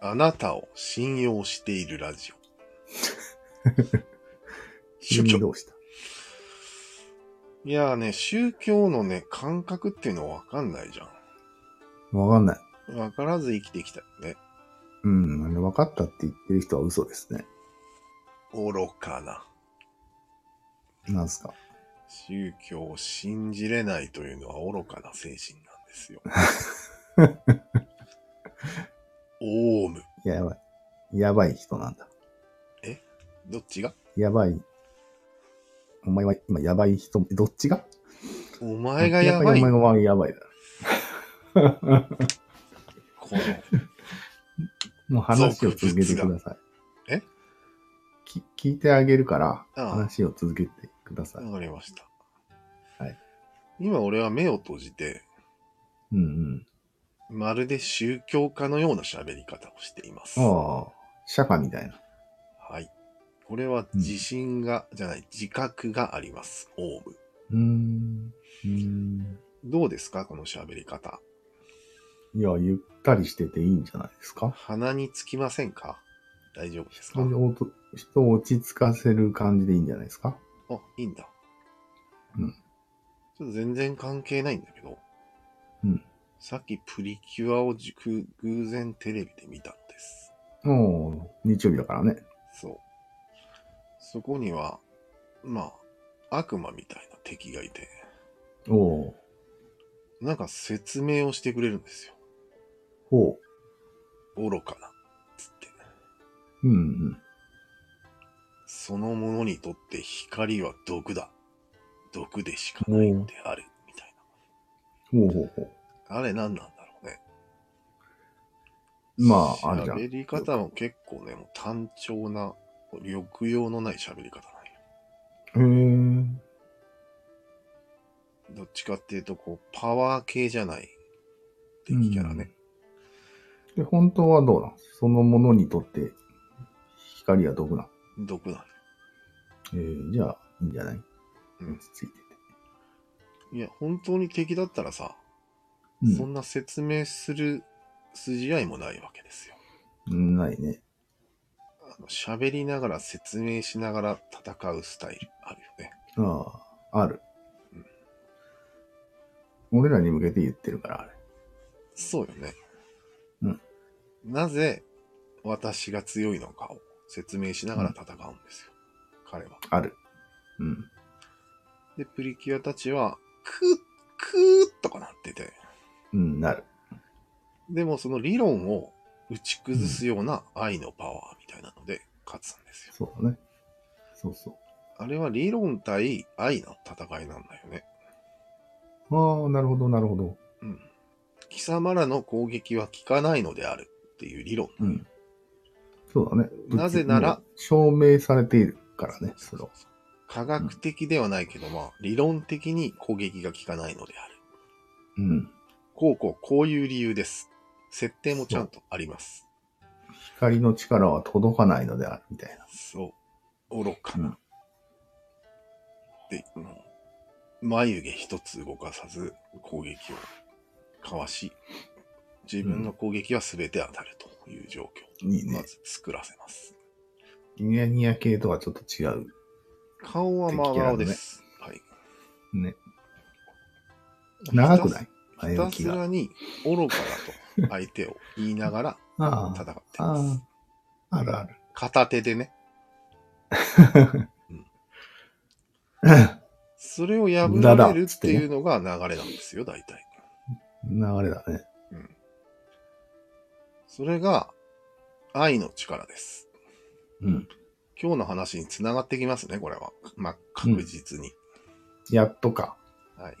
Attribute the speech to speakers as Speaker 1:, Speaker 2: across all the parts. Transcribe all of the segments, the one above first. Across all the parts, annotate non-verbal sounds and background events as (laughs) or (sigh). Speaker 1: あなたを信用しているラジオ。
Speaker 2: (laughs)
Speaker 1: 宗
Speaker 2: 君
Speaker 1: 教。
Speaker 2: どうした
Speaker 1: いやーね、宗教のね、感覚っていうのわかんないじゃ
Speaker 2: わかんない。
Speaker 1: ん。わからず生きてきたよね。
Speaker 2: うん。あの分かったって言ってる人は嘘ですね。
Speaker 1: 愚かな。
Speaker 2: なんすか。
Speaker 1: 宗教を信じれないというのは愚かな精神なんです
Speaker 2: (laughs)
Speaker 1: よ。オーム。
Speaker 2: やばい。やばい人なんだ。
Speaker 1: どっちが
Speaker 2: やばい。お前は今やばい人、どっちが
Speaker 1: お前がやばい。
Speaker 2: お前
Speaker 1: こ
Speaker 2: がお前がやばいだ。
Speaker 1: の、
Speaker 2: もう話を続けてください。
Speaker 1: え
Speaker 2: き聞いてあげるから、
Speaker 1: ああ
Speaker 2: 話を続けてください。
Speaker 1: わかりました。
Speaker 2: はい。
Speaker 1: 今俺は目を閉じて、
Speaker 2: うんうん。
Speaker 1: まるで宗教家のような喋り方をしています。
Speaker 2: ああ、釈迦みたいな。
Speaker 1: はい。これは自信が、じゃない、自覚があります。オーム。
Speaker 2: うーん。うーん。
Speaker 1: どうですかこの喋り方。
Speaker 2: いや、ゆったりしてていいんじゃないですか
Speaker 1: 鼻につきませんか大丈夫ですか
Speaker 2: 人を落と人を落ち着かせる感じでいいんじゃないですか
Speaker 1: あ、いいんだ。
Speaker 2: うん
Speaker 1: ちょっと全然関係ないんだけど。
Speaker 2: うん。
Speaker 1: さっきプリキュアをじく偶然テレビで見たんです。
Speaker 2: おー日曜日だからね。
Speaker 1: そう。そこには、まあ、悪魔みたいな敵がいて、
Speaker 2: おお
Speaker 1: なんか説明をしてくれるんですよ。
Speaker 2: ほ
Speaker 1: 愚かな。つって。
Speaker 2: う。うんうん。
Speaker 1: そのものにとって光は毒だ。毒でしかないんである。みたい
Speaker 2: ほうほうほう。
Speaker 1: な。あれ何なんだろうね。
Speaker 2: まあ、あるじゃん。
Speaker 1: 喋り方も結構ね、もう単調な、抑揚のない喋り方なんよ
Speaker 2: へー
Speaker 1: どっちかっていうと、こう、パワー系じゃない敵キャラね。
Speaker 2: で、本当はどうなんそのものにとって光は毒なん。
Speaker 1: 毒なんよ
Speaker 2: えー、じゃあ、いいんじゃない
Speaker 1: うん
Speaker 2: 落ち着いてて。
Speaker 1: いや、本当に敵だったらさ、そんな説明する筋合いもないわけですよ。
Speaker 2: うん、ないね。
Speaker 1: あの喋りながら説明しながら戦うスタイルあるよね。
Speaker 2: ああ、ある。俺らに向けて言ってるから、あれ。
Speaker 1: そうよね。
Speaker 2: うん。
Speaker 1: なぜ私が強いのかを説明しながら戦うんですよ。彼は。
Speaker 2: ある。うん。
Speaker 1: で、プリキュアたちは、クッ、クーッとかなってて、
Speaker 2: うん、なる。
Speaker 1: でもその理論を打ち崩すような愛のパワーみたいなので勝つんですよ。
Speaker 2: そうだね。そうそ
Speaker 1: あれは理論対愛の戦いなんだよね。
Speaker 2: う。ああ、なるほど、なるほど。
Speaker 1: うん。貴様らの攻撃は効かないのであるっていう理論。
Speaker 2: うん。そうだね。
Speaker 1: なぜなら
Speaker 2: もう証明されているからね、それを。
Speaker 1: 科学的ではないけど、まあ、理論的に攻撃が効かないのである。
Speaker 2: うん。
Speaker 1: こうこう、こういう理由です。設定もちゃんとあります。
Speaker 2: 光の力は届かないのである、みたいな。
Speaker 1: そう。愚かな。で、うん眉毛一つ動かさず攻撃をかわし、自分の攻撃は全て当たるという状
Speaker 2: いい
Speaker 1: 況をま
Speaker 2: ね。
Speaker 1: ず作らせます。
Speaker 2: ニヤニヤ系とはちょっと違う。
Speaker 1: 顔は真顔です。はい。
Speaker 2: ね。長くない
Speaker 1: ひ
Speaker 2: 前
Speaker 1: た
Speaker 2: 置き
Speaker 1: すら
Speaker 2: が。
Speaker 1: に愚かだと相手を言いながら
Speaker 2: あ
Speaker 1: 戦って
Speaker 2: あ。あ
Speaker 1: ます。
Speaker 2: あ。あるある。
Speaker 1: 片手でね。それを破られるっていうのが流れなんですよ、大体。
Speaker 2: (laughs) 流れだね。
Speaker 1: うん。それが愛の力です。
Speaker 2: うん。
Speaker 1: 今日の話に繋がってきますね、これは。まあ、確実に。
Speaker 2: やっとか。
Speaker 1: はい。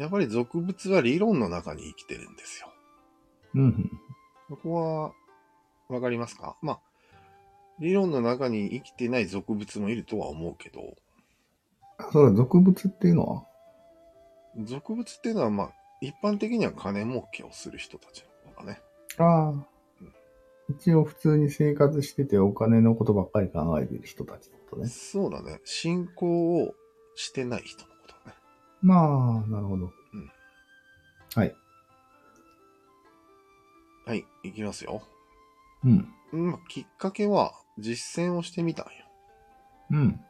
Speaker 1: やっぱり俗物は理論の中に生きてるんですよ。
Speaker 2: うん。
Speaker 1: そこは、わかりますかまあ、理論の中に生きてない俗物もいるとは思うけど、
Speaker 2: あそうだ、俗物っていうのは
Speaker 1: 俗物っていうのは、まあ、一般的には金儲けをする人たちのことだね。
Speaker 2: ああ。一応普通に生活しててお金のことばっかり考えてる人たちのことね。
Speaker 1: そうだね。信仰をしてない人のことだね。
Speaker 2: まあ、なるほ
Speaker 1: う
Speaker 2: ど。
Speaker 1: ん
Speaker 2: はい。
Speaker 1: はい、いきますよ。
Speaker 2: うん。
Speaker 1: うん、きっかけは実践をしてみたんよ。
Speaker 2: うん。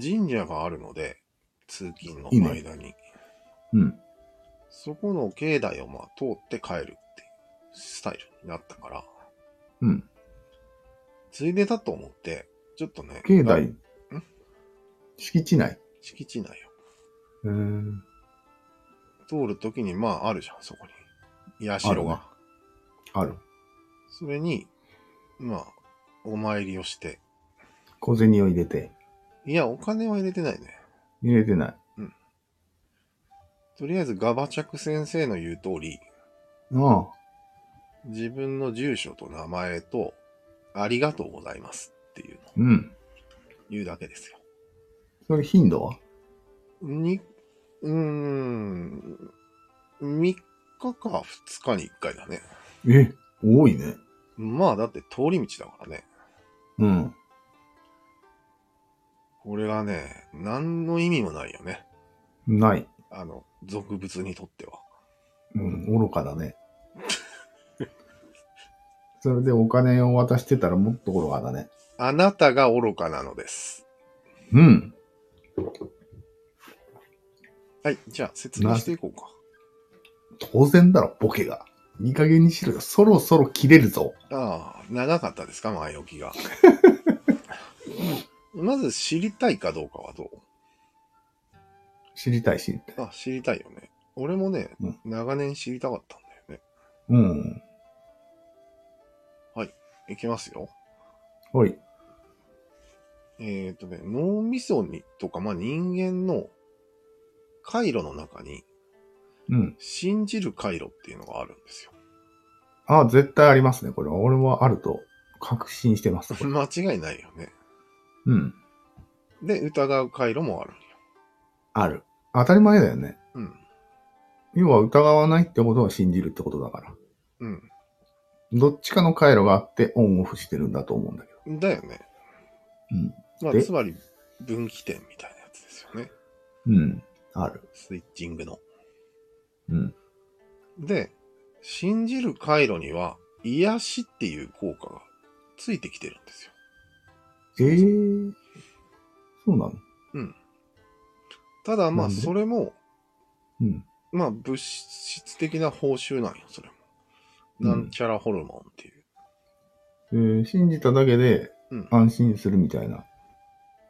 Speaker 1: 神社があるので、通勤の
Speaker 2: いいね
Speaker 1: 間に。
Speaker 2: うん。
Speaker 1: そこの境内をまあ通って帰るっていうスタイルになったから、
Speaker 2: うん。
Speaker 1: ついでだと思って、ちょっとね、
Speaker 2: 境内、敷地内。
Speaker 1: 敷地内を
Speaker 2: えー、
Speaker 1: 通るときにまああるじゃん、そこに。社が。
Speaker 2: あるねある。
Speaker 1: それに、まあ、お参りをして。
Speaker 2: 小銭を入れて。
Speaker 1: いや、お金は入れてないね。
Speaker 2: 入れてない。
Speaker 1: とりあえずガバチャク先生の言う通り、
Speaker 2: ああ。
Speaker 1: 自分の住所と名前と、ありがとうございますっていうのを
Speaker 2: うん。
Speaker 1: 言うだけですよ。
Speaker 2: それ頻度は
Speaker 1: に、うーん、3日か2日に1回だね。
Speaker 2: え、多いね。
Speaker 1: まあだって通り道だからね。
Speaker 2: うん。
Speaker 1: これはね、何の意味もないよね。
Speaker 2: ない。
Speaker 1: あの、俗物にとっては。
Speaker 2: うん、愚かだね。それでお金を渡してたらもっと愚かだね。
Speaker 1: あなたが愚かなのです。
Speaker 2: うん。
Speaker 1: はい、じゃあ説明していこうか。
Speaker 2: 当然だろ、ボケが。いい加減にしろよ。そろそろ切れるぞ。
Speaker 1: ああ、長かったですか、前置き
Speaker 2: (laughs)
Speaker 1: が。まず知りたいかどうかはどう
Speaker 2: 知りたい、知りたい。
Speaker 1: あ、知りたいよね。俺もね、
Speaker 2: うん
Speaker 1: 長年知りたかったんだよね。
Speaker 2: うん。
Speaker 1: いきますよ。
Speaker 2: おい。
Speaker 1: えっ、とね、脳みそにとか、まあ、人間の回路の中に
Speaker 2: うん。
Speaker 1: 信じる回路っていうのがあるんですよ。 (laughs)
Speaker 2: あ、絶対ありますね、これは。俺はあると確信してます。これ
Speaker 1: 間違いないよね。
Speaker 2: うん。
Speaker 1: で、疑う回路もあるんよ。
Speaker 2: ある。当たり前だよね。
Speaker 1: うん。
Speaker 2: 要は疑わないってことは信じるってことだから。
Speaker 1: うん。
Speaker 2: どっちかの回路があってオンオフしてるんだと思うんだけど。
Speaker 1: だよね。
Speaker 2: うん。
Speaker 1: まあ、
Speaker 2: で
Speaker 1: つまり分岐点みたいなやつですよね。
Speaker 2: うん。ある。
Speaker 1: スイッチングの。
Speaker 2: うん。
Speaker 1: で、信じる回路には癒しっていう効果がついてきてるんですよ。
Speaker 2: ええー。そうなの
Speaker 1: ただまあ
Speaker 2: なんで
Speaker 1: それも、
Speaker 2: うん。
Speaker 1: まあ物質的な報酬なんよ、それも。
Speaker 2: うん
Speaker 1: なんちゃらホルモンっていう。
Speaker 2: えー信じただけで
Speaker 1: うん。
Speaker 2: 安心するみたいな。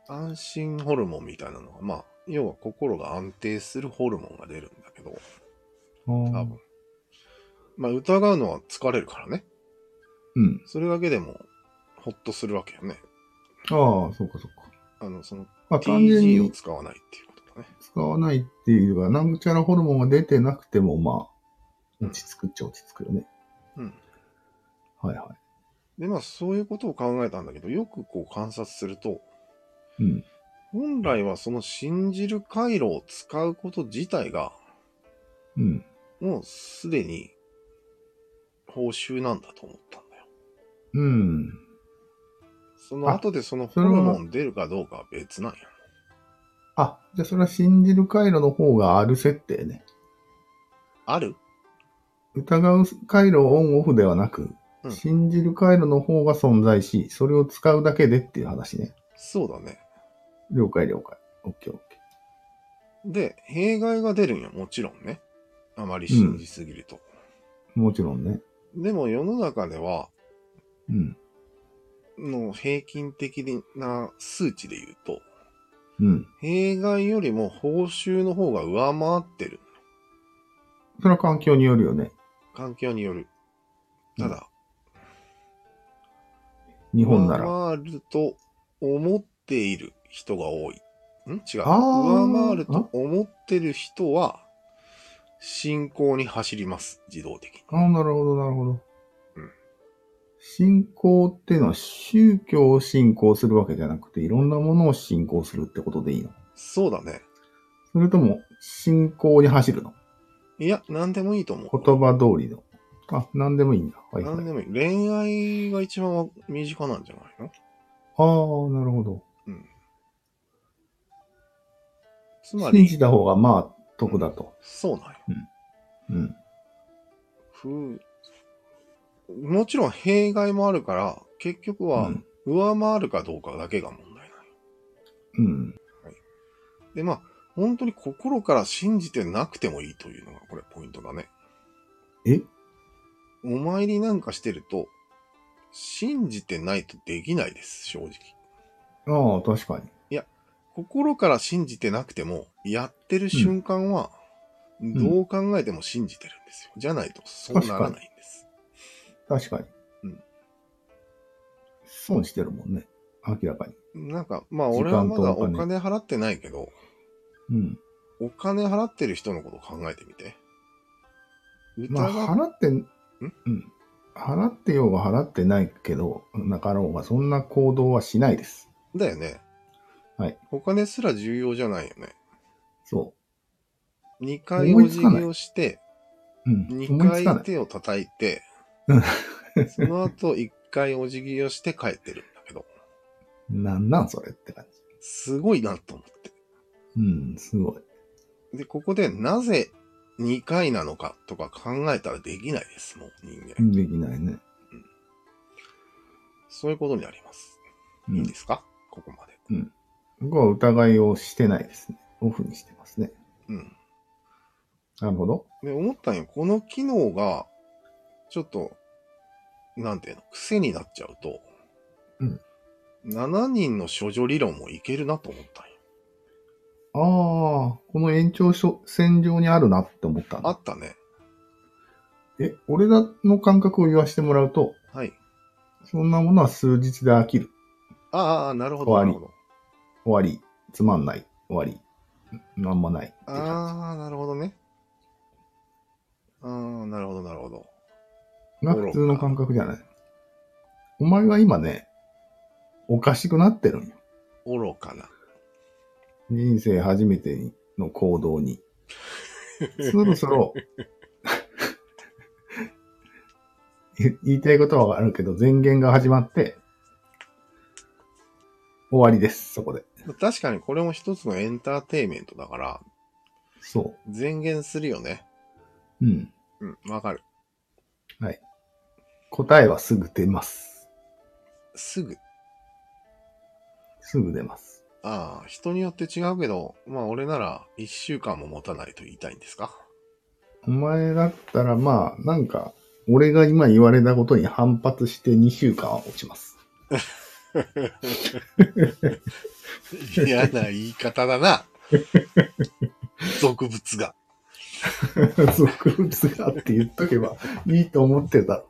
Speaker 1: 安心ホルモンみたいなのが、まあ、要は心が安定するホルモンが出るんだけど、
Speaker 2: あ
Speaker 1: 多
Speaker 2: ー
Speaker 1: 分。まあ疑うのは疲れるからね。
Speaker 2: うん。
Speaker 1: それだけでもほっとするわけよね。
Speaker 2: ああ、そうかそうか。
Speaker 1: あの、その
Speaker 2: まあ単純
Speaker 1: TG を
Speaker 2: に
Speaker 1: 使わないっていうことだね。
Speaker 2: 使わないっていうか、なんちゃらホルモンが出てなくても、まあ、
Speaker 1: うん
Speaker 2: 落ち着くっちゃ落ち着くよね。
Speaker 1: うん。
Speaker 2: はいは
Speaker 1: で、まあそういうことを考えたんだけど、よくこう観察すると、
Speaker 2: い。うん。
Speaker 1: 本来はその信じる回路を使うこと自体が、
Speaker 2: うん。
Speaker 1: もうすでに報酬なんだと思ったんだよ。
Speaker 2: うん。
Speaker 1: その
Speaker 2: あ
Speaker 1: 後でそのホ
Speaker 2: それ
Speaker 1: ル
Speaker 2: は
Speaker 1: モン出るかどうかは別なんや。
Speaker 2: あ、じゃあそれは信じる回路の方がある設定ね。
Speaker 1: ある
Speaker 2: 疑う回路をオンオフではなく、
Speaker 1: うん
Speaker 2: 信じる回路の方が存在し、それを使うだけでっていう話ね。
Speaker 1: そうだね。
Speaker 2: 了解了解。オッケーオッケ
Speaker 1: で、弊害が出るんよ、もちろんね。あまり信じすぎると。
Speaker 2: ー。もちろんね。
Speaker 1: でも世の中では、
Speaker 2: うん。
Speaker 1: の平均的な数値で言うと、
Speaker 2: うん。
Speaker 1: 弊害よりも報酬の方が上回ってる。
Speaker 2: それは環境によるよね。
Speaker 1: 環境による。ただ、
Speaker 2: 日本なら。
Speaker 1: 上回ると思っている人が多い。ん違う。
Speaker 2: あー
Speaker 1: 上回ると思ってる人は、進行に走ります。自動的に。
Speaker 2: ああ、なるほど、なるほど
Speaker 1: うん。
Speaker 2: 信仰っていうのは宗教を信仰するわけじゃなくて、いろんなものを信仰するってことでいいの
Speaker 1: そうだね。
Speaker 2: それとも、信仰に走るの
Speaker 1: いや、何でもいいと思う。
Speaker 2: 言葉通りの。あ、なんでもいいんだ。はいはい。ああ
Speaker 1: 何でもいい。恋愛が一番身近なんじゃないの、
Speaker 2: ー、なるほど。
Speaker 1: うん。つま
Speaker 2: 信 (laughs)
Speaker 1: り、
Speaker 2: じた方が、まあ、得だと。
Speaker 1: そうなんよ。
Speaker 2: うん。
Speaker 1: ふうもちろん弊害もあるから、結局は
Speaker 2: うん
Speaker 1: 上回るかどうかだけが問題なんよ
Speaker 2: うん。
Speaker 1: で、まあ、本当に心から信じてなくてもいいというのが、これポイントだね。
Speaker 2: え
Speaker 1: お参りなんかしてると、信じてないとできないです、正直。
Speaker 2: ああ、確かに。
Speaker 1: 心から信じてなくても、やってる瞬間は、どう考えても信じてるんですよ。じゃないと、そうならないんです。
Speaker 2: 確かに。
Speaker 1: うん。
Speaker 2: 損してるもんね。明らかに。
Speaker 1: なんか、まあ、俺はまだお
Speaker 2: 時間とお
Speaker 1: 金払ってないけど、
Speaker 2: うん。
Speaker 1: お金払ってる人のことを考えてみて。
Speaker 2: まあ、
Speaker 1: 疑っ
Speaker 2: 払って、んうん。払ってようが払ってないけど、なかろうが、そんな行動はしないです。
Speaker 1: だよね。
Speaker 2: はい。
Speaker 1: お金すら重要じゃないよね。
Speaker 2: そ
Speaker 1: 2回お辞儀をして、
Speaker 2: う。うん。
Speaker 1: 2
Speaker 2: 思いつかな
Speaker 1: 回
Speaker 2: い。
Speaker 1: 手を叩いて
Speaker 2: うん、
Speaker 1: その後1回お辞儀をして帰ってるんだけど、
Speaker 2: なんなんそれって感じ。
Speaker 1: すごいなと思って。
Speaker 2: うん、すごい。
Speaker 1: で、ここでなぜ2回なのかとか考えたらできないです、もう人間。
Speaker 2: できないね。
Speaker 1: そういうことになります。
Speaker 2: う
Speaker 1: いい
Speaker 2: ん
Speaker 1: で。すかここまで。
Speaker 2: 僕は疑いをしてないですね。オフにしてますね。
Speaker 1: うん。
Speaker 2: なるほど。
Speaker 1: で、思ったんよ。この機能が、ちょっと、なんていうの、癖になっちゃうと、
Speaker 2: うん
Speaker 1: 7人の処女理論もいけるなと思ったんよ。
Speaker 2: ああ、この延長所線上にあるなって思ったん
Speaker 1: あ
Speaker 2: だ。
Speaker 1: ったね。
Speaker 2: え、俺らの感覚を言わせてもらうと、
Speaker 1: はい。
Speaker 2: そんなものは数日で飽きる。
Speaker 1: ああああ、なるほど。
Speaker 2: 終わり
Speaker 1: なるほど
Speaker 2: 終わり。つまんない。終わり。なんもないって感じ。
Speaker 1: ああ、なるほどね。ああ、なるほど、なるほど。
Speaker 2: が普通の感覚じゃない。お前は今ね、おかしくなってるんよ。
Speaker 1: 愚かな。
Speaker 2: 人生初めての行動に。そろそろ、 (laughs) 言言いたいことはわかるけど、前言が始まって、終わりです、そこで。
Speaker 1: 確かにこれも一つのエンターテインメントだから、
Speaker 2: そ
Speaker 1: 前言するよね。
Speaker 2: う。うん。
Speaker 1: うん、わかる。
Speaker 2: 答えはすぐ出ます。
Speaker 1: すぐ。
Speaker 2: すぐ出ます。
Speaker 1: ああ、人によって違うけど、まあ俺なら一週間も持たないと言いたいんですか
Speaker 2: お前だったら、まあ、なんか、俺が今言われたことに反発して2週間は落ちます。 (laughs)
Speaker 1: 嫌な言い方だな。 (laughs) 俗物が。
Speaker 2: 俗物がって言っとけばいいと思ってた。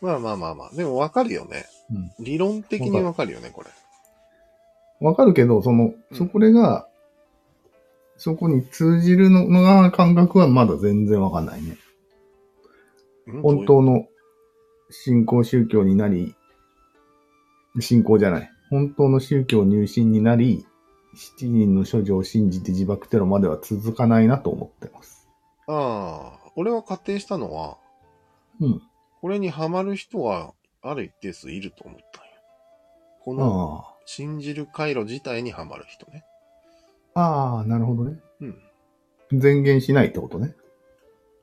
Speaker 1: まあまあまあまあ。でもわかるよね。
Speaker 2: うん
Speaker 1: 理論的にわかるよね、これ。
Speaker 2: わかるけど、その、そこれが、そこに通じるのが感覚はまだ全然わかんないね。
Speaker 1: うん
Speaker 2: 本
Speaker 1: どういう
Speaker 2: 当の信仰宗教になり、信仰じゃない。本当の宗教入信になり、七人の処女を信じて自爆テロまでは続かないなと思ってます。
Speaker 1: ああ、俺は仮定したのは、
Speaker 2: うん。
Speaker 1: これにハマる人はある一定数いると思ったんよ。この
Speaker 2: あ
Speaker 1: 信じる回路自体にハマる人ね。
Speaker 2: あ。ああ、なるほどね。
Speaker 1: うん。
Speaker 2: 前言しないってことね。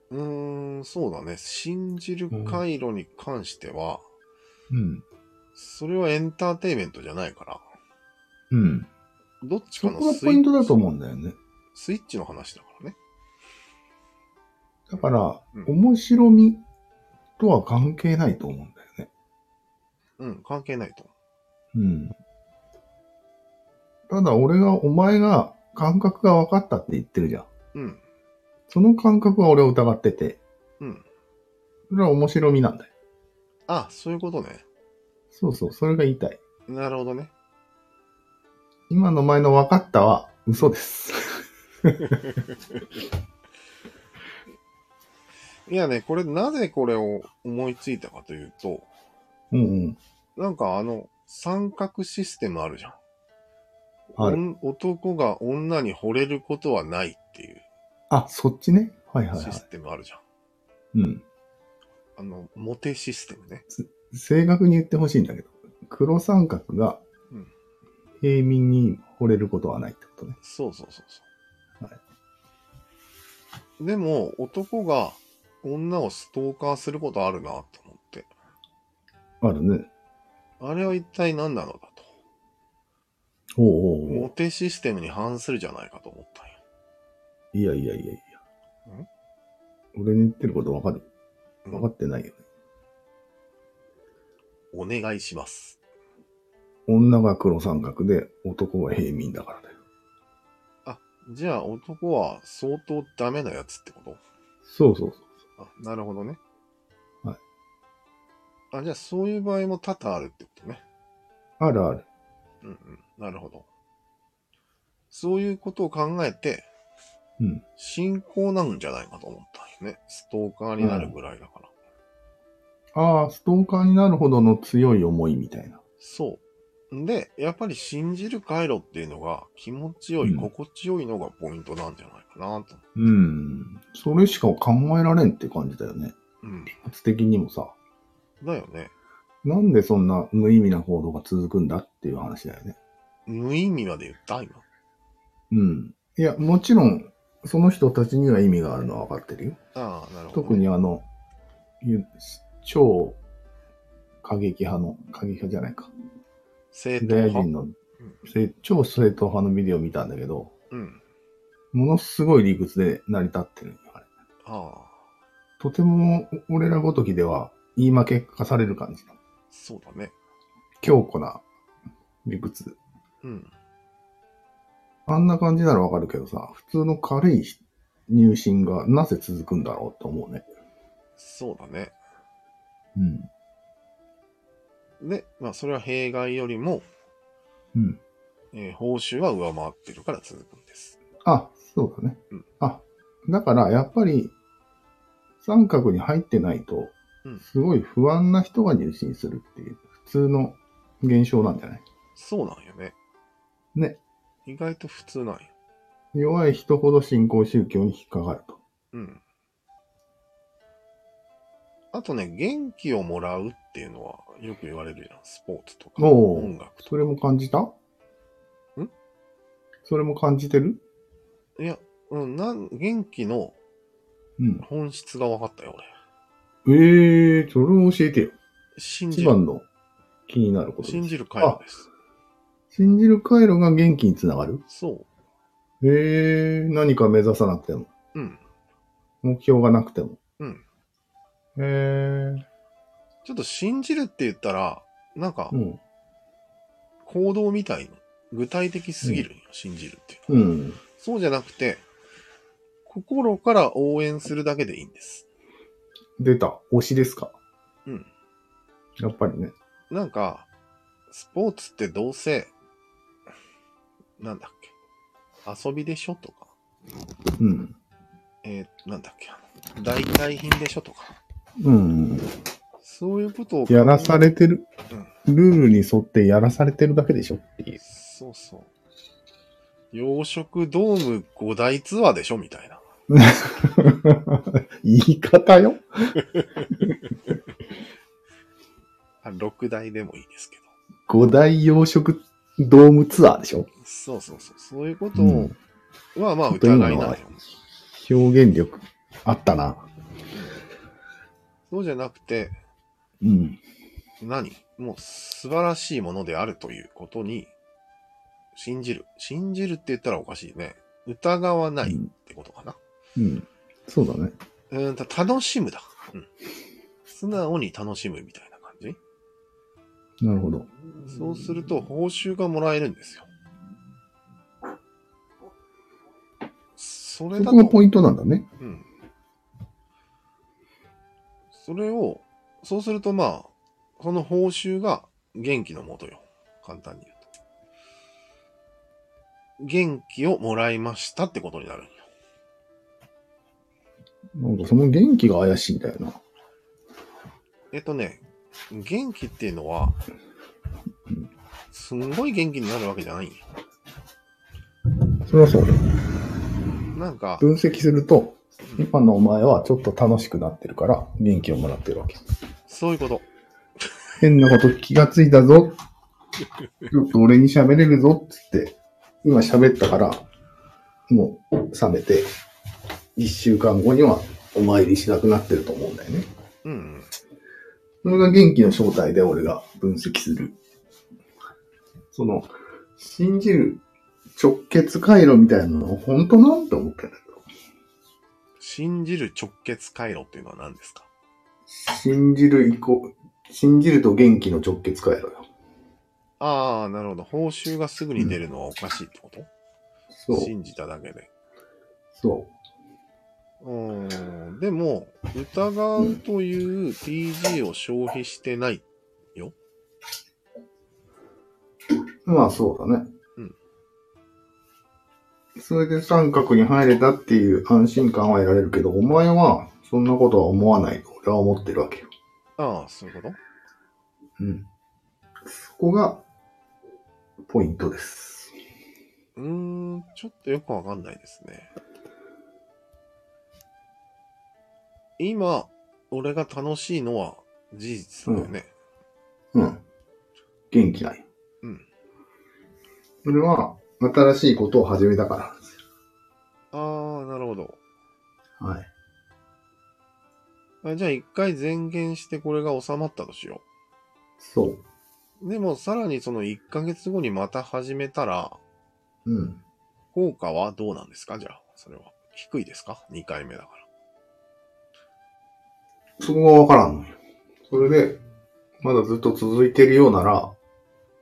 Speaker 1: うーん、そうだね。信じる回路に関しては、
Speaker 2: うん。
Speaker 1: それはエンターテインメントじゃないから、
Speaker 2: うん。
Speaker 1: どっち
Speaker 2: そ
Speaker 1: かの
Speaker 2: こが
Speaker 1: スイ
Speaker 2: ポイントだと
Speaker 1: ッチ
Speaker 2: 思うんだよね。
Speaker 1: スイッチの話だからね。
Speaker 2: だから、
Speaker 1: うん
Speaker 2: 面白みとは関係ないと思うんだよね。
Speaker 1: うん、関係ないと思
Speaker 2: うん。ただ、俺が、お前が感覚が分かったって言ってるじゃん。
Speaker 1: う。うん、
Speaker 2: その感覚は俺を疑ってて、
Speaker 1: うん。
Speaker 2: それは面白みなんだよ。
Speaker 1: あ、そういうことね。
Speaker 2: そうそう、それが言いたい。
Speaker 1: なるほどね。
Speaker 2: 今のお前の分かったは嘘です。 (laughs)
Speaker 1: いやね、これ、なぜこれを思いついたかというと、
Speaker 2: うんうん。
Speaker 1: なんかあの、三角システムあるじゃん。
Speaker 2: ある。
Speaker 1: おん男が女に惚れることはないっていう
Speaker 2: あ、そっちね。はいはいは
Speaker 1: シ
Speaker 2: い。
Speaker 1: ステムあるじゃん。
Speaker 2: うん。
Speaker 1: あの、モテシステムね。
Speaker 2: 正確に言ってほしいんだけど、黒三角が
Speaker 1: うん
Speaker 2: 平民に惚れることはないってことね。
Speaker 1: そうそうそうそう。
Speaker 2: は
Speaker 1: でも、男が女をストーカーすることあるなと思って。
Speaker 2: あるね。
Speaker 1: あれは一体何なのだと。
Speaker 2: おうおうお
Speaker 1: モ
Speaker 2: う
Speaker 1: テシステムに反するじゃないかと思ったんよ。
Speaker 2: いやいやいやいや。俺に言ってること分かる分かってないよね。
Speaker 1: お願いします。
Speaker 2: 女が黒三角で男が平民だからだよ。
Speaker 1: じゃあ男は相当ダメなやつってこと
Speaker 2: そうそうそう。
Speaker 1: あ、なるほどね。
Speaker 2: はい。
Speaker 1: あ、じゃあそういう場合も多々あるってことね。
Speaker 2: あるある。
Speaker 1: うんうん。なるほど。そういうことを考えて、
Speaker 2: うん。
Speaker 1: 信仰なんじゃないかと思ったんよね。ストーカーになるぐらいだから。
Speaker 2: ああ、ストーカーになるほどの強い思いみたいな。
Speaker 1: そう。で、やっぱり信じる回路っていうのが気持ちよい、
Speaker 2: うん
Speaker 1: 心地よいのがポイントなんじゃないかなと。
Speaker 2: うん。それしか考えられんって感じだよね。
Speaker 1: うん。
Speaker 2: 圧的にもさ。
Speaker 1: だよね。
Speaker 2: なんでそんな無意味な行動が続くんだっていう話だよね。
Speaker 1: 無意味まで言った今。
Speaker 2: うん。いや、もちろん、その人たちには意味があるのは分かってるよ。
Speaker 1: ああ、なるほど、
Speaker 2: 特に。あの、ゆ超過激派の、過激派じゃないか。
Speaker 1: 正
Speaker 2: ユ
Speaker 1: 当
Speaker 2: ダヤ
Speaker 1: 派。
Speaker 2: 人の、せ超正統派のビデオ見たんだけど、
Speaker 1: うん。
Speaker 2: ものすごい理屈で成り立ってるよあれ
Speaker 1: ああ、
Speaker 2: とてもお俺らごときでは言い負け化される感じの
Speaker 1: そうだね。
Speaker 2: 強固な理屈。
Speaker 1: うん。
Speaker 2: あんな感じならわかるけどさ、普通の軽い入信がなぜ続くんだろうと思うね。
Speaker 1: そうだね。
Speaker 2: うん。
Speaker 1: で、まあ、それは弊害よりも、
Speaker 2: うん。
Speaker 1: えー報酬は上回ってるから続くんです。
Speaker 2: あ、そうだね
Speaker 1: うん。
Speaker 2: あ、だからやっぱり三角に入ってないと
Speaker 1: うん、
Speaker 2: すごい不安な人が入信するっていう、普通の現象なんじゃない
Speaker 1: そうなんよね。
Speaker 2: ね。
Speaker 1: 意外と普通なんよ。
Speaker 2: 弱い人ほど信仰宗教に引っかかると。
Speaker 1: うん。あとね、元気をもらうっていうのはよく言われるじゃん。スポーツとか、
Speaker 2: おー
Speaker 1: 音楽と
Speaker 2: それも感じたんそれも感じてる
Speaker 1: か。いや、うん、なん、元気の
Speaker 2: うん。
Speaker 1: 本質が分かったよ、俺。
Speaker 2: ええー、それを教えてよ。
Speaker 1: 信じ
Speaker 2: 一
Speaker 1: る、
Speaker 2: 番の気になることです
Speaker 1: 信じる回路です。
Speaker 2: 信じる回路が元気につながる
Speaker 1: そ
Speaker 2: ええー、何か目指さなくても、
Speaker 1: う。うん。
Speaker 2: 目標がなくても。
Speaker 1: うん。
Speaker 2: ええー、
Speaker 1: ちょっと信じるって言ったら、なんか
Speaker 2: う、ん。
Speaker 1: 行動みたいの。具体的すぎるよ、信じるっていうのは
Speaker 2: うん。
Speaker 1: そうじゃなくて、心から応援するだけでいいんです。
Speaker 2: 出た。推しですか
Speaker 1: うん。
Speaker 2: やっぱりね。
Speaker 1: なんか、スポーツってどうせ、なんだっけ、遊びでしょとか、
Speaker 2: うん。
Speaker 1: えーなんだっけ、あの代替品でしょとか、
Speaker 2: うん。
Speaker 1: そういうことを。
Speaker 2: やらされてる。ルールに沿ってやらされてるだけでしょっていう。 (laughs)
Speaker 1: そうそう。洋食ドーム5大ツアーでしょみたいな。
Speaker 2: 言い方よ。
Speaker 1: あ6大でもいいですけど。
Speaker 2: 五大養殖ドームツアーでしょ
Speaker 1: そうそうそう。そういうことを、はまあ疑いないよ。
Speaker 2: 表現力あったな。
Speaker 1: そうじゃなくて、
Speaker 2: うん。
Speaker 1: 何もう素晴らしいものであるということに、信じる。信じるって言ったらおかしいね。疑わないってことかな。
Speaker 2: うん。そうだね。
Speaker 1: うーんと、楽しむだ。うん。素直に楽しむみたいな感じ。
Speaker 2: なるほど。
Speaker 1: そうすると報酬がもらえるんですよ。それ
Speaker 2: そ
Speaker 1: だ
Speaker 2: こがポ
Speaker 1: と、
Speaker 2: イントなんだね。
Speaker 1: うん。それを、そうするとまあ、その報酬が元気のもとよ。簡単に言うと。元気をもらいましたってことになるんよ。
Speaker 2: なんかその元気が怪しいんだよな。
Speaker 1: えっとね、元気っていうのは、すんごい元気になるわけじゃないんよ。
Speaker 2: それはそうだ。
Speaker 1: なんか、
Speaker 2: 分析すると、今のお前はちょっと楽しくなってるから元気をもらってるわけ。
Speaker 1: そういうこと。
Speaker 2: 変なこと気がついたぞ。ちょっと俺に喋れるぞっつって、今喋ったから、もう冷めて、一週間後にはお参りしなくなってると思うんだよね。
Speaker 1: うんうん。
Speaker 2: それが元気の正体で俺が分析する。その、信じる直結回路みたいなの本当なんて思ったんだけど。
Speaker 1: 信じる直結回路っていうのは何ですか
Speaker 2: 信じる以降、信じると元気の直結回路よ。
Speaker 1: ああ、なるほど。報酬がすぐに出るのはおかしいってこと、
Speaker 2: そう。
Speaker 1: 信じただけで。
Speaker 2: そう
Speaker 1: ーん。でも、疑うという TG を消費してない。
Speaker 2: う。まあそうだね。
Speaker 1: うん。
Speaker 2: それで三角に入れたっていう安心感は得られるけど、お前はそんなことは思わないと俺は思ってるわけよ。
Speaker 1: ああ、そういうこと
Speaker 2: うん。そこが、ポイントです。
Speaker 1: うーん、ちょっとよくわかんないですね。今、俺が楽しいのは事実だよね。
Speaker 2: うん。元気ない。
Speaker 1: うん。
Speaker 2: それは、新しいことを始めたからなんです
Speaker 1: ああ、なるほど。
Speaker 2: よ。はい。
Speaker 1: あじゃあ一回前言してこれが収まったとしよ。
Speaker 2: そう
Speaker 1: でもさらにその1ヶ月後にまた始めたら、
Speaker 2: う。うん。
Speaker 1: 効果はどうなんですかじゃあ、それは。低いですか ?2 回目だから。
Speaker 2: そこがわからんのよ。それで、まだずっと続いてるようなら、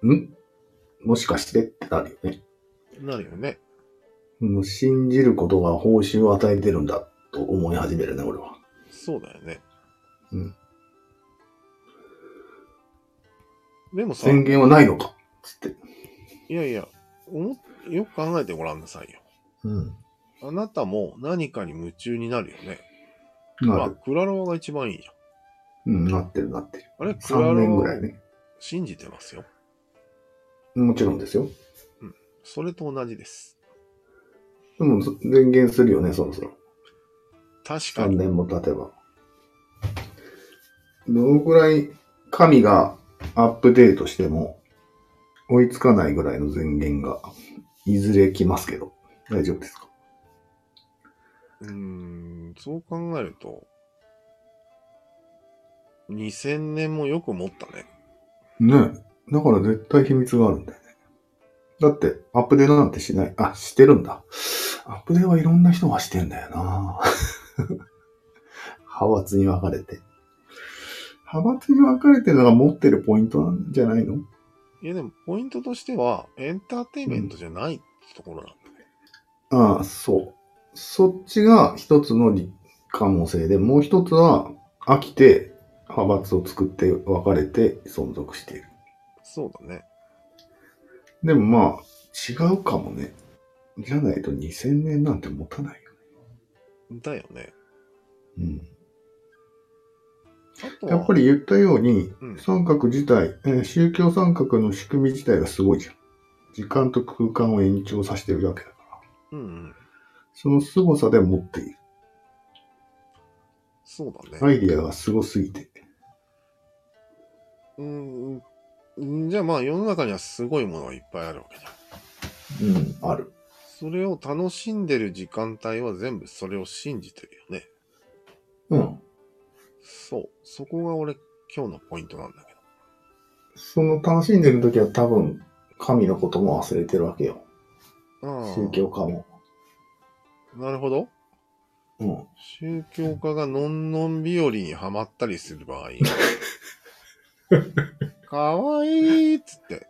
Speaker 2: んもしかしてってなるよね。
Speaker 1: なるよね。
Speaker 2: もう信じることが報酬を与えてるんだと思い始めるね、俺は。
Speaker 1: そうだよね。
Speaker 2: うん。
Speaker 1: でもさ、
Speaker 2: 宣言はないのかつって。
Speaker 1: いやいや、おもよく考えてごらんなさいよ。
Speaker 2: うん。
Speaker 1: あなたも何かに夢中になるよね。ま
Speaker 2: な
Speaker 1: あ、
Speaker 2: る。
Speaker 1: クラロワが一番いいじゃん。
Speaker 2: うん、なってるなってる。
Speaker 1: あれ、クラ
Speaker 2: 3年
Speaker 1: ロ
Speaker 2: ぐ
Speaker 1: ワ
Speaker 2: らいね。
Speaker 1: 信じてますよ。
Speaker 2: もちろんですよ。
Speaker 1: それと同じです。
Speaker 2: でも、そ前言するよね、そろそろ。
Speaker 1: 確か
Speaker 2: 3
Speaker 1: に。
Speaker 2: 年も経てば。どのくらい神がアップデートしても追いつかないぐらいの前言がいずれ来ますけど、大丈夫ですか
Speaker 1: うーん、そう考えると、2000年もよく持ったね。
Speaker 2: ねえ。だから絶対秘密があるんだよね。だって、アップデートなんてしない。あ、してるんだ。アップデートはいろんな人がしてんだよな (laughs) 派閥に分かれて。派閥に分かれてるのが持ってるポイントなんじゃないの
Speaker 1: いや、でも、ポイントとしては、エンターテインメントじゃないってところなんだね。
Speaker 2: ああ、そう。そっちが一つの理可能性で、もう一つは飽きて派閥を作って分かれて存続している。
Speaker 1: そうだね。
Speaker 2: でもまあ、違うかもね。じゃないと2000年なんて持たないよ。
Speaker 1: だよね。
Speaker 2: うん。
Speaker 1: あとは、
Speaker 2: やっぱり言ったように、
Speaker 1: うん
Speaker 2: 三角自体、えー宗教三角の仕組み自体がすごいじゃん。時間と空間を延長させてるわけだから。
Speaker 1: うんうん。
Speaker 2: その凄さで持っている。
Speaker 1: そうだね。
Speaker 2: アイディアが凄すぎて。
Speaker 1: うーんうん。じゃあまあ世の中にはすごいものがいっぱいあるわけじゃん。
Speaker 2: うん、ある。
Speaker 1: それを楽しんでる時間帯は全部それを信じてるよね。
Speaker 2: うん。
Speaker 1: そう。そこが俺今日のポイントなんだけど。
Speaker 2: その楽しんでる時は多分、神のことも忘れてるわけよ。
Speaker 1: ああ
Speaker 2: 宗教家も。
Speaker 1: なるほど。
Speaker 2: うん。
Speaker 1: 宗教家がのんのん日和にはまったりする
Speaker 2: (laughs)
Speaker 1: 場合。かわいいっつって。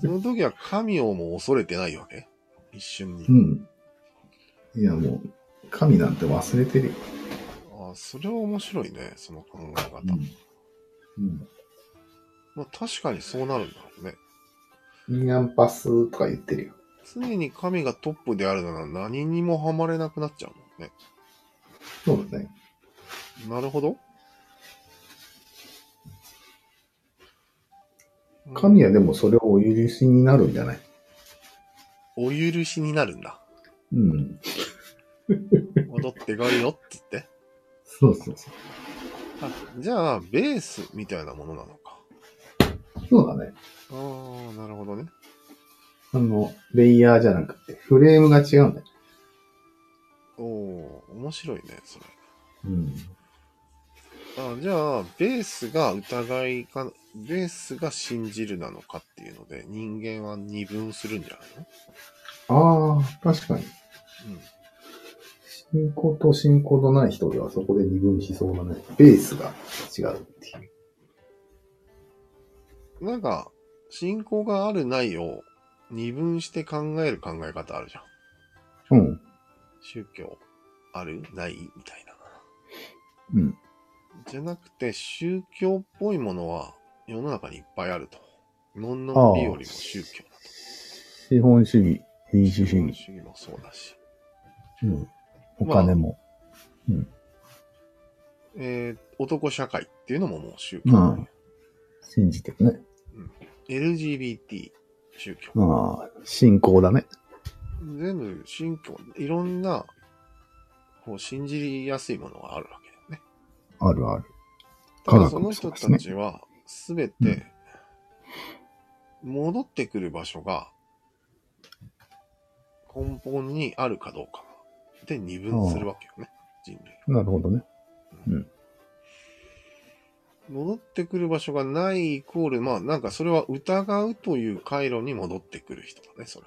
Speaker 1: その時は神をも恐れてないわけ一瞬に。
Speaker 2: ん。いやもう、神なんて忘れてるよ。
Speaker 1: ああ、それは面白いね、その考え方。
Speaker 2: うん。
Speaker 1: まあ確かにそうなるんだろうね。
Speaker 2: ニャンパスとか言ってるよ。
Speaker 1: 常に神がトップであるなら何にもハマれなくなっちゃうもんね。
Speaker 2: そうだね。
Speaker 1: なるほど。
Speaker 2: 神
Speaker 1: は
Speaker 2: はでもそれをお許しになるんじゃない
Speaker 1: お許しになるんだ。
Speaker 2: うん。
Speaker 1: 戻ってこいよって言って。
Speaker 2: そうそうそう。
Speaker 1: あじゃあ、ベースみたいなものなのか。
Speaker 2: そうだね。
Speaker 1: ああ、なるほどね。
Speaker 2: あの、レイヤーじゃなくて、フレームが違うんだよ。
Speaker 1: おお、面白いね、それ。
Speaker 2: うん。
Speaker 1: あじゃあ、ベースが疑いか、ベースが信じるなのかっていうので、人間は二分するんじゃないの
Speaker 2: ああ、確かに。
Speaker 1: うん。
Speaker 2: 信仰と信仰のない人ではそこで二分しそうだね。ベースが違うっていう。
Speaker 1: なんか、信仰があるないを二分して考える考え方あるじゃん。
Speaker 2: うん。
Speaker 1: 宗教あるないみたいな。
Speaker 2: うん。
Speaker 1: じゃなくて、宗教っぽいものは世の中にいっぱいあると。のんのんびよりも宗教だと。
Speaker 2: 資本主義、民主主義、
Speaker 1: 主義もそうだし。
Speaker 2: うん、お金も。
Speaker 1: えー男社会っていうのももう宗教だよね。
Speaker 2: 信じてるね。
Speaker 1: LGBT 宗教。
Speaker 2: ああ、信仰だね。
Speaker 1: 全部信教、いろんな、こう、信じやすいものがあるわけだよね。
Speaker 2: あるある。
Speaker 1: ただ
Speaker 2: 科
Speaker 1: そ
Speaker 2: 学
Speaker 1: の
Speaker 2: もそ
Speaker 1: 人
Speaker 2: うですね
Speaker 1: たちは、すべて、戻ってくる場所が、根本にあるかどうかで二分するわけよね、人類。
Speaker 2: なるほどね。
Speaker 1: 戻ってくる場所がないイコール、まあなんかそれは疑うという回路に戻ってくる人だね、それ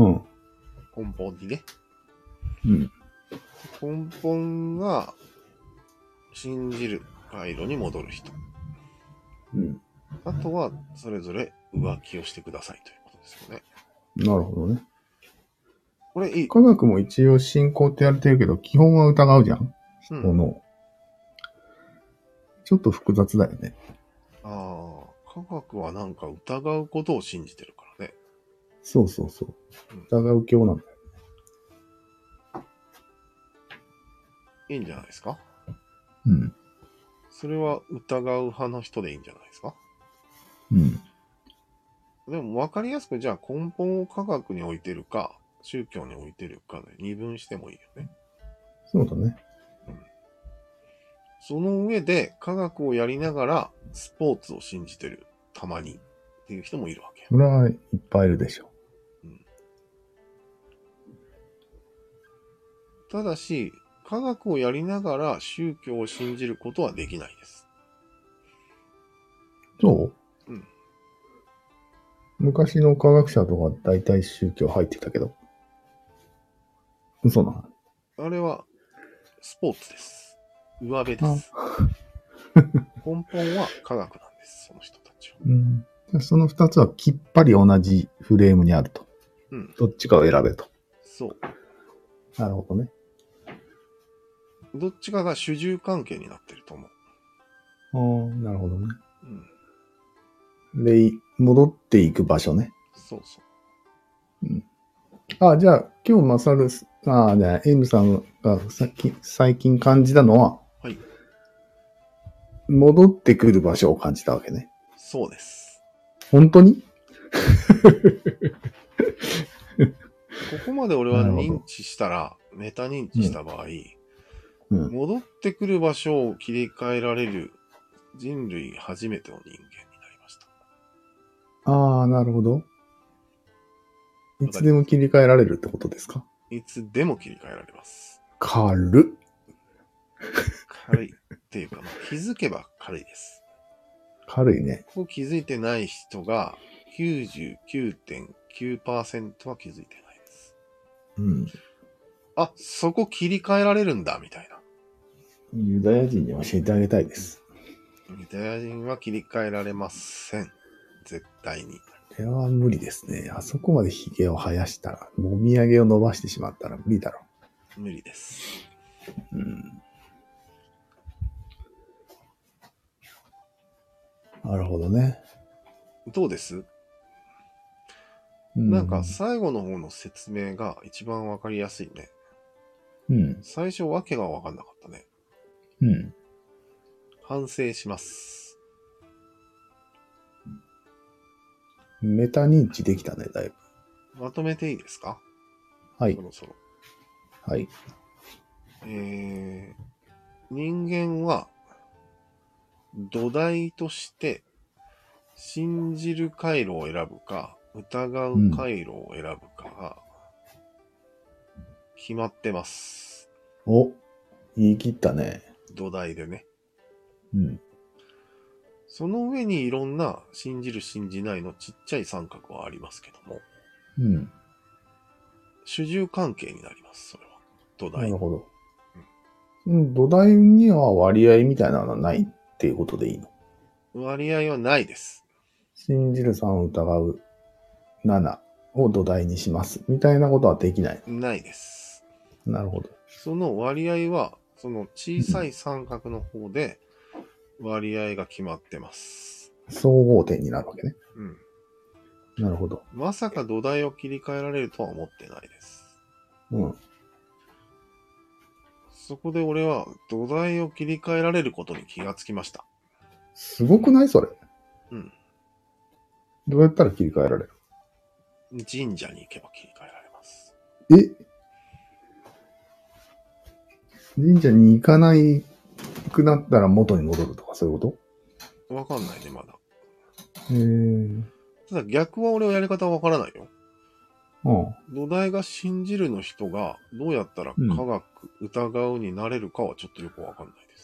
Speaker 1: は。
Speaker 2: うん。
Speaker 1: 根本にね。
Speaker 2: うん。
Speaker 1: 根本が信じる回路に戻る人。
Speaker 2: うん。
Speaker 1: あとは、それぞれ浮気をしてくださいということですよね。
Speaker 2: なるほどね。
Speaker 1: これいい。
Speaker 2: 科学も一応信仰ってやれてるけど、基本は疑うじゃん。
Speaker 1: うん
Speaker 2: ものを。ちょっと複雑だよね。
Speaker 1: ああ、科学はなんか疑うことを信じてるからね。
Speaker 2: そうそうそう
Speaker 1: うん。
Speaker 2: 疑う教なんだよ。
Speaker 1: いいんじゃないですか
Speaker 2: うん。
Speaker 1: それは疑う派の人でいいんじゃないですか
Speaker 2: うん。
Speaker 1: でも分かりやすく、じゃあ根本を科学に置いてるか、宗教に置いてるかで二分してもいいよね。
Speaker 2: そうだね。
Speaker 1: その上で科学をやりながらスポーツを信じてる、たまにっていう人もいるわけ。
Speaker 2: それはいっぱいいるでしょ
Speaker 1: ただし、科学をやりながら宗教を信じることはできないです。
Speaker 2: う。そう
Speaker 1: うん
Speaker 2: 昔の科学者とか大体宗教入ってたけど。嘘な。
Speaker 1: あれは、スポーツです。上辺です。 (laughs) 根本は科学なんです、その人たちは。
Speaker 2: うん。じゃあその二つはきっぱり同じフレームにあると。
Speaker 1: うん、
Speaker 2: どっちかを選べと。
Speaker 1: そう。
Speaker 2: なるほどね。
Speaker 1: どっちかが主従関係になってると思う。
Speaker 2: ああ、なるほどね。
Speaker 1: うん、
Speaker 2: で、い戻っていく場所ね。
Speaker 1: そうそう。
Speaker 2: あじゃあ、今日マサルス、ああ、じゃあ、M さんがさっき最近感じたのは、
Speaker 1: はい。
Speaker 2: 戻ってくる場所を感じたわけね。
Speaker 1: そうです。
Speaker 2: 本当に
Speaker 1: ここまで俺は
Speaker 2: なるほど
Speaker 1: 認知したら、メタ認知した場合、
Speaker 2: うん
Speaker 1: 戻ってくる場所を切り替えられる人類初めての人間になりました。
Speaker 2: ああ、なるほど。いつでも切り替えられるってことですか
Speaker 1: いつでも切り替えられます。
Speaker 2: 軽っ。
Speaker 1: 軽い。っていうか、まあ気づけば軽いです。
Speaker 2: 軽いね。
Speaker 1: ここ気づいてない人が99.9%は気づいてないです。
Speaker 2: うん。
Speaker 1: あ、そこ切り替えられるんだ、みたいな。
Speaker 2: ユダヤ人に教えてあげたいです。
Speaker 1: ユダヤ人は切り替えられません。絶対に。
Speaker 2: これは無理ですね。あそこまでヒゲを生やしたら、もみあげを伸ばしてしまったら無理だろ
Speaker 1: 無理です。
Speaker 2: う。うん。なるほどね。
Speaker 1: どうです
Speaker 2: う
Speaker 1: なんか、最後の方の説明が一番わかりやすいね。
Speaker 2: うん。
Speaker 1: 最初わけがわかんなかったね。
Speaker 2: うん。
Speaker 1: 反省します。
Speaker 2: メタ認知できたね、だいぶ。
Speaker 1: まとめていいですか
Speaker 2: はい
Speaker 1: そ。ろそろ。
Speaker 2: はい。
Speaker 1: えー、人間は土台として信じる回路を選ぶか、疑う回路を選ぶかが決まってます。
Speaker 2: お、言い切ったね。
Speaker 1: 土台でね。
Speaker 2: うん。
Speaker 1: その上にいろんな信じる信じないのちっちゃい三角はありますけども、
Speaker 2: うん。
Speaker 1: 主従関係になります、それは。土
Speaker 2: な
Speaker 1: 台
Speaker 2: る。ほど。うん、土台には割合みたいなのはないっていうことでいいの。
Speaker 1: 割合はないです。
Speaker 2: 信じる3を疑う7を土台にします。みたいなことはできない。
Speaker 1: ないです。
Speaker 2: なるほど。
Speaker 1: その割合は、その小さい三角の方で割合が決まってます。
Speaker 2: 総合点になるわけね。
Speaker 1: うん。
Speaker 2: なるほど。
Speaker 1: まさか土台を切り替えられるとは思ってないです。
Speaker 2: うん。
Speaker 1: そこで俺は土台を切り替えられることに気がつきました。
Speaker 2: すごくないそれ。
Speaker 1: うん。
Speaker 2: どうやったら切り替えられる
Speaker 1: 神社に行けば切り替えられます。
Speaker 2: え神社に行かないくなったら元に戻るとかそういうこと
Speaker 1: わかんないね、まだ。
Speaker 2: へえー。
Speaker 1: ただ逆は俺はやり方わからないよ。
Speaker 2: う
Speaker 1: 土
Speaker 2: ん。
Speaker 1: 台が信じるの人がどうやったら科学、疑うになれるかはちょっとよくわかんないで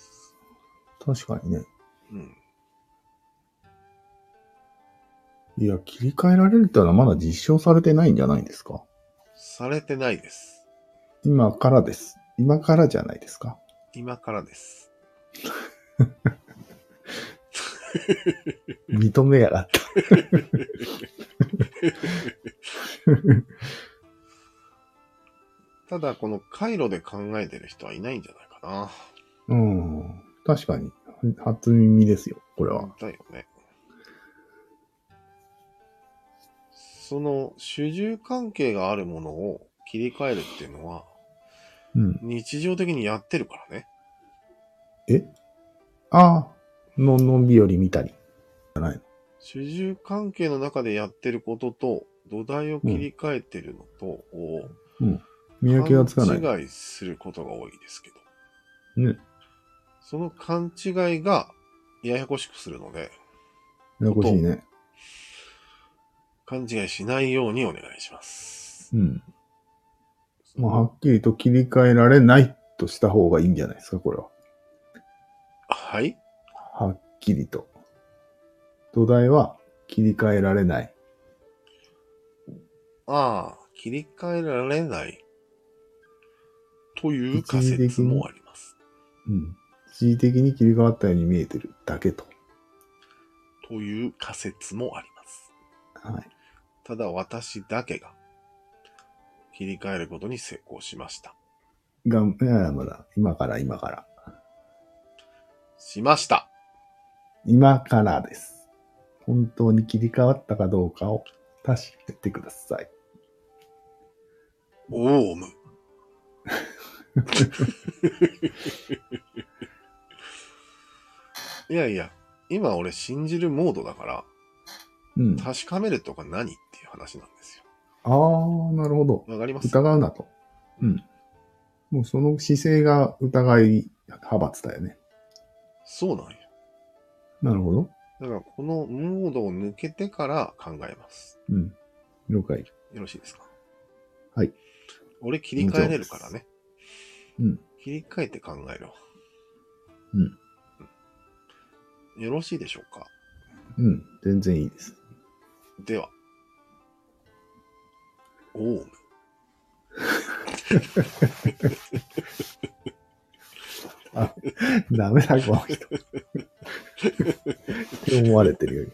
Speaker 1: す。
Speaker 2: 確かにね。
Speaker 1: うん。
Speaker 2: いや、切り替えられるってのはまだ実証されてないんじゃないですか
Speaker 1: されてないです。
Speaker 2: 今からです。今からじゃないですか。
Speaker 1: 今からです。
Speaker 2: 認めやがった。
Speaker 1: ただ、この回路で考えてる人はいないんじゃないか
Speaker 2: うん。確かに。初耳ですよ、これ
Speaker 1: な。
Speaker 2: は。
Speaker 1: だよね。その主従関係があるものを切り替えるっていうのは
Speaker 2: うん。
Speaker 1: 日常的にやってるからね。
Speaker 2: えああ、のんのんびより見たり。
Speaker 1: 主従関係の中でやってることと土台を切り替えてるのとを
Speaker 2: 見分けがつかない。
Speaker 1: 勘違いすることが多いですけど。
Speaker 2: ね。
Speaker 1: その勘違いがややこしくするので、
Speaker 2: ややこしいね。
Speaker 1: 勘違いしないようにお願いします。
Speaker 2: うん。まあ、はっきりと切り替えられないとした方がいいんじゃないですか、これは。
Speaker 1: はい
Speaker 2: はっきりと。土台は切り替えられない。
Speaker 1: ああ、切り替えられない。という仮説もあります。
Speaker 2: うん。一時的に切り替わったように見えてるだけと。
Speaker 1: という仮説もあります。
Speaker 2: はい。
Speaker 1: ただ私だけが切り替えることに成功しました。
Speaker 2: がん、いやいや、まだ。今から、今から。
Speaker 1: しました
Speaker 2: 今からです。本当に切り替わったかどうかを確かめてください。
Speaker 1: オウム。いやいや、今俺信じるモードだから、
Speaker 2: うん。あ
Speaker 1: 確かめるとか何っていう話なんです
Speaker 2: あー、なるほど。
Speaker 1: よ。わかります
Speaker 2: 疑うなと。うん。もうその姿勢が疑い派閥だよね。
Speaker 1: そうなんよ。
Speaker 2: なるほど。
Speaker 1: だからこのモードを抜けてから考えます。
Speaker 2: うん。了解。
Speaker 1: よろしいですか
Speaker 2: はい。
Speaker 1: 俺切り替えれるからね。
Speaker 2: うん。
Speaker 1: 切り替えて考えろ。
Speaker 2: うん
Speaker 1: うん。よろしいでしょうか
Speaker 2: うん。全然いいです。
Speaker 1: では。オウム。
Speaker 2: ダメだ、この人。って思われてるより。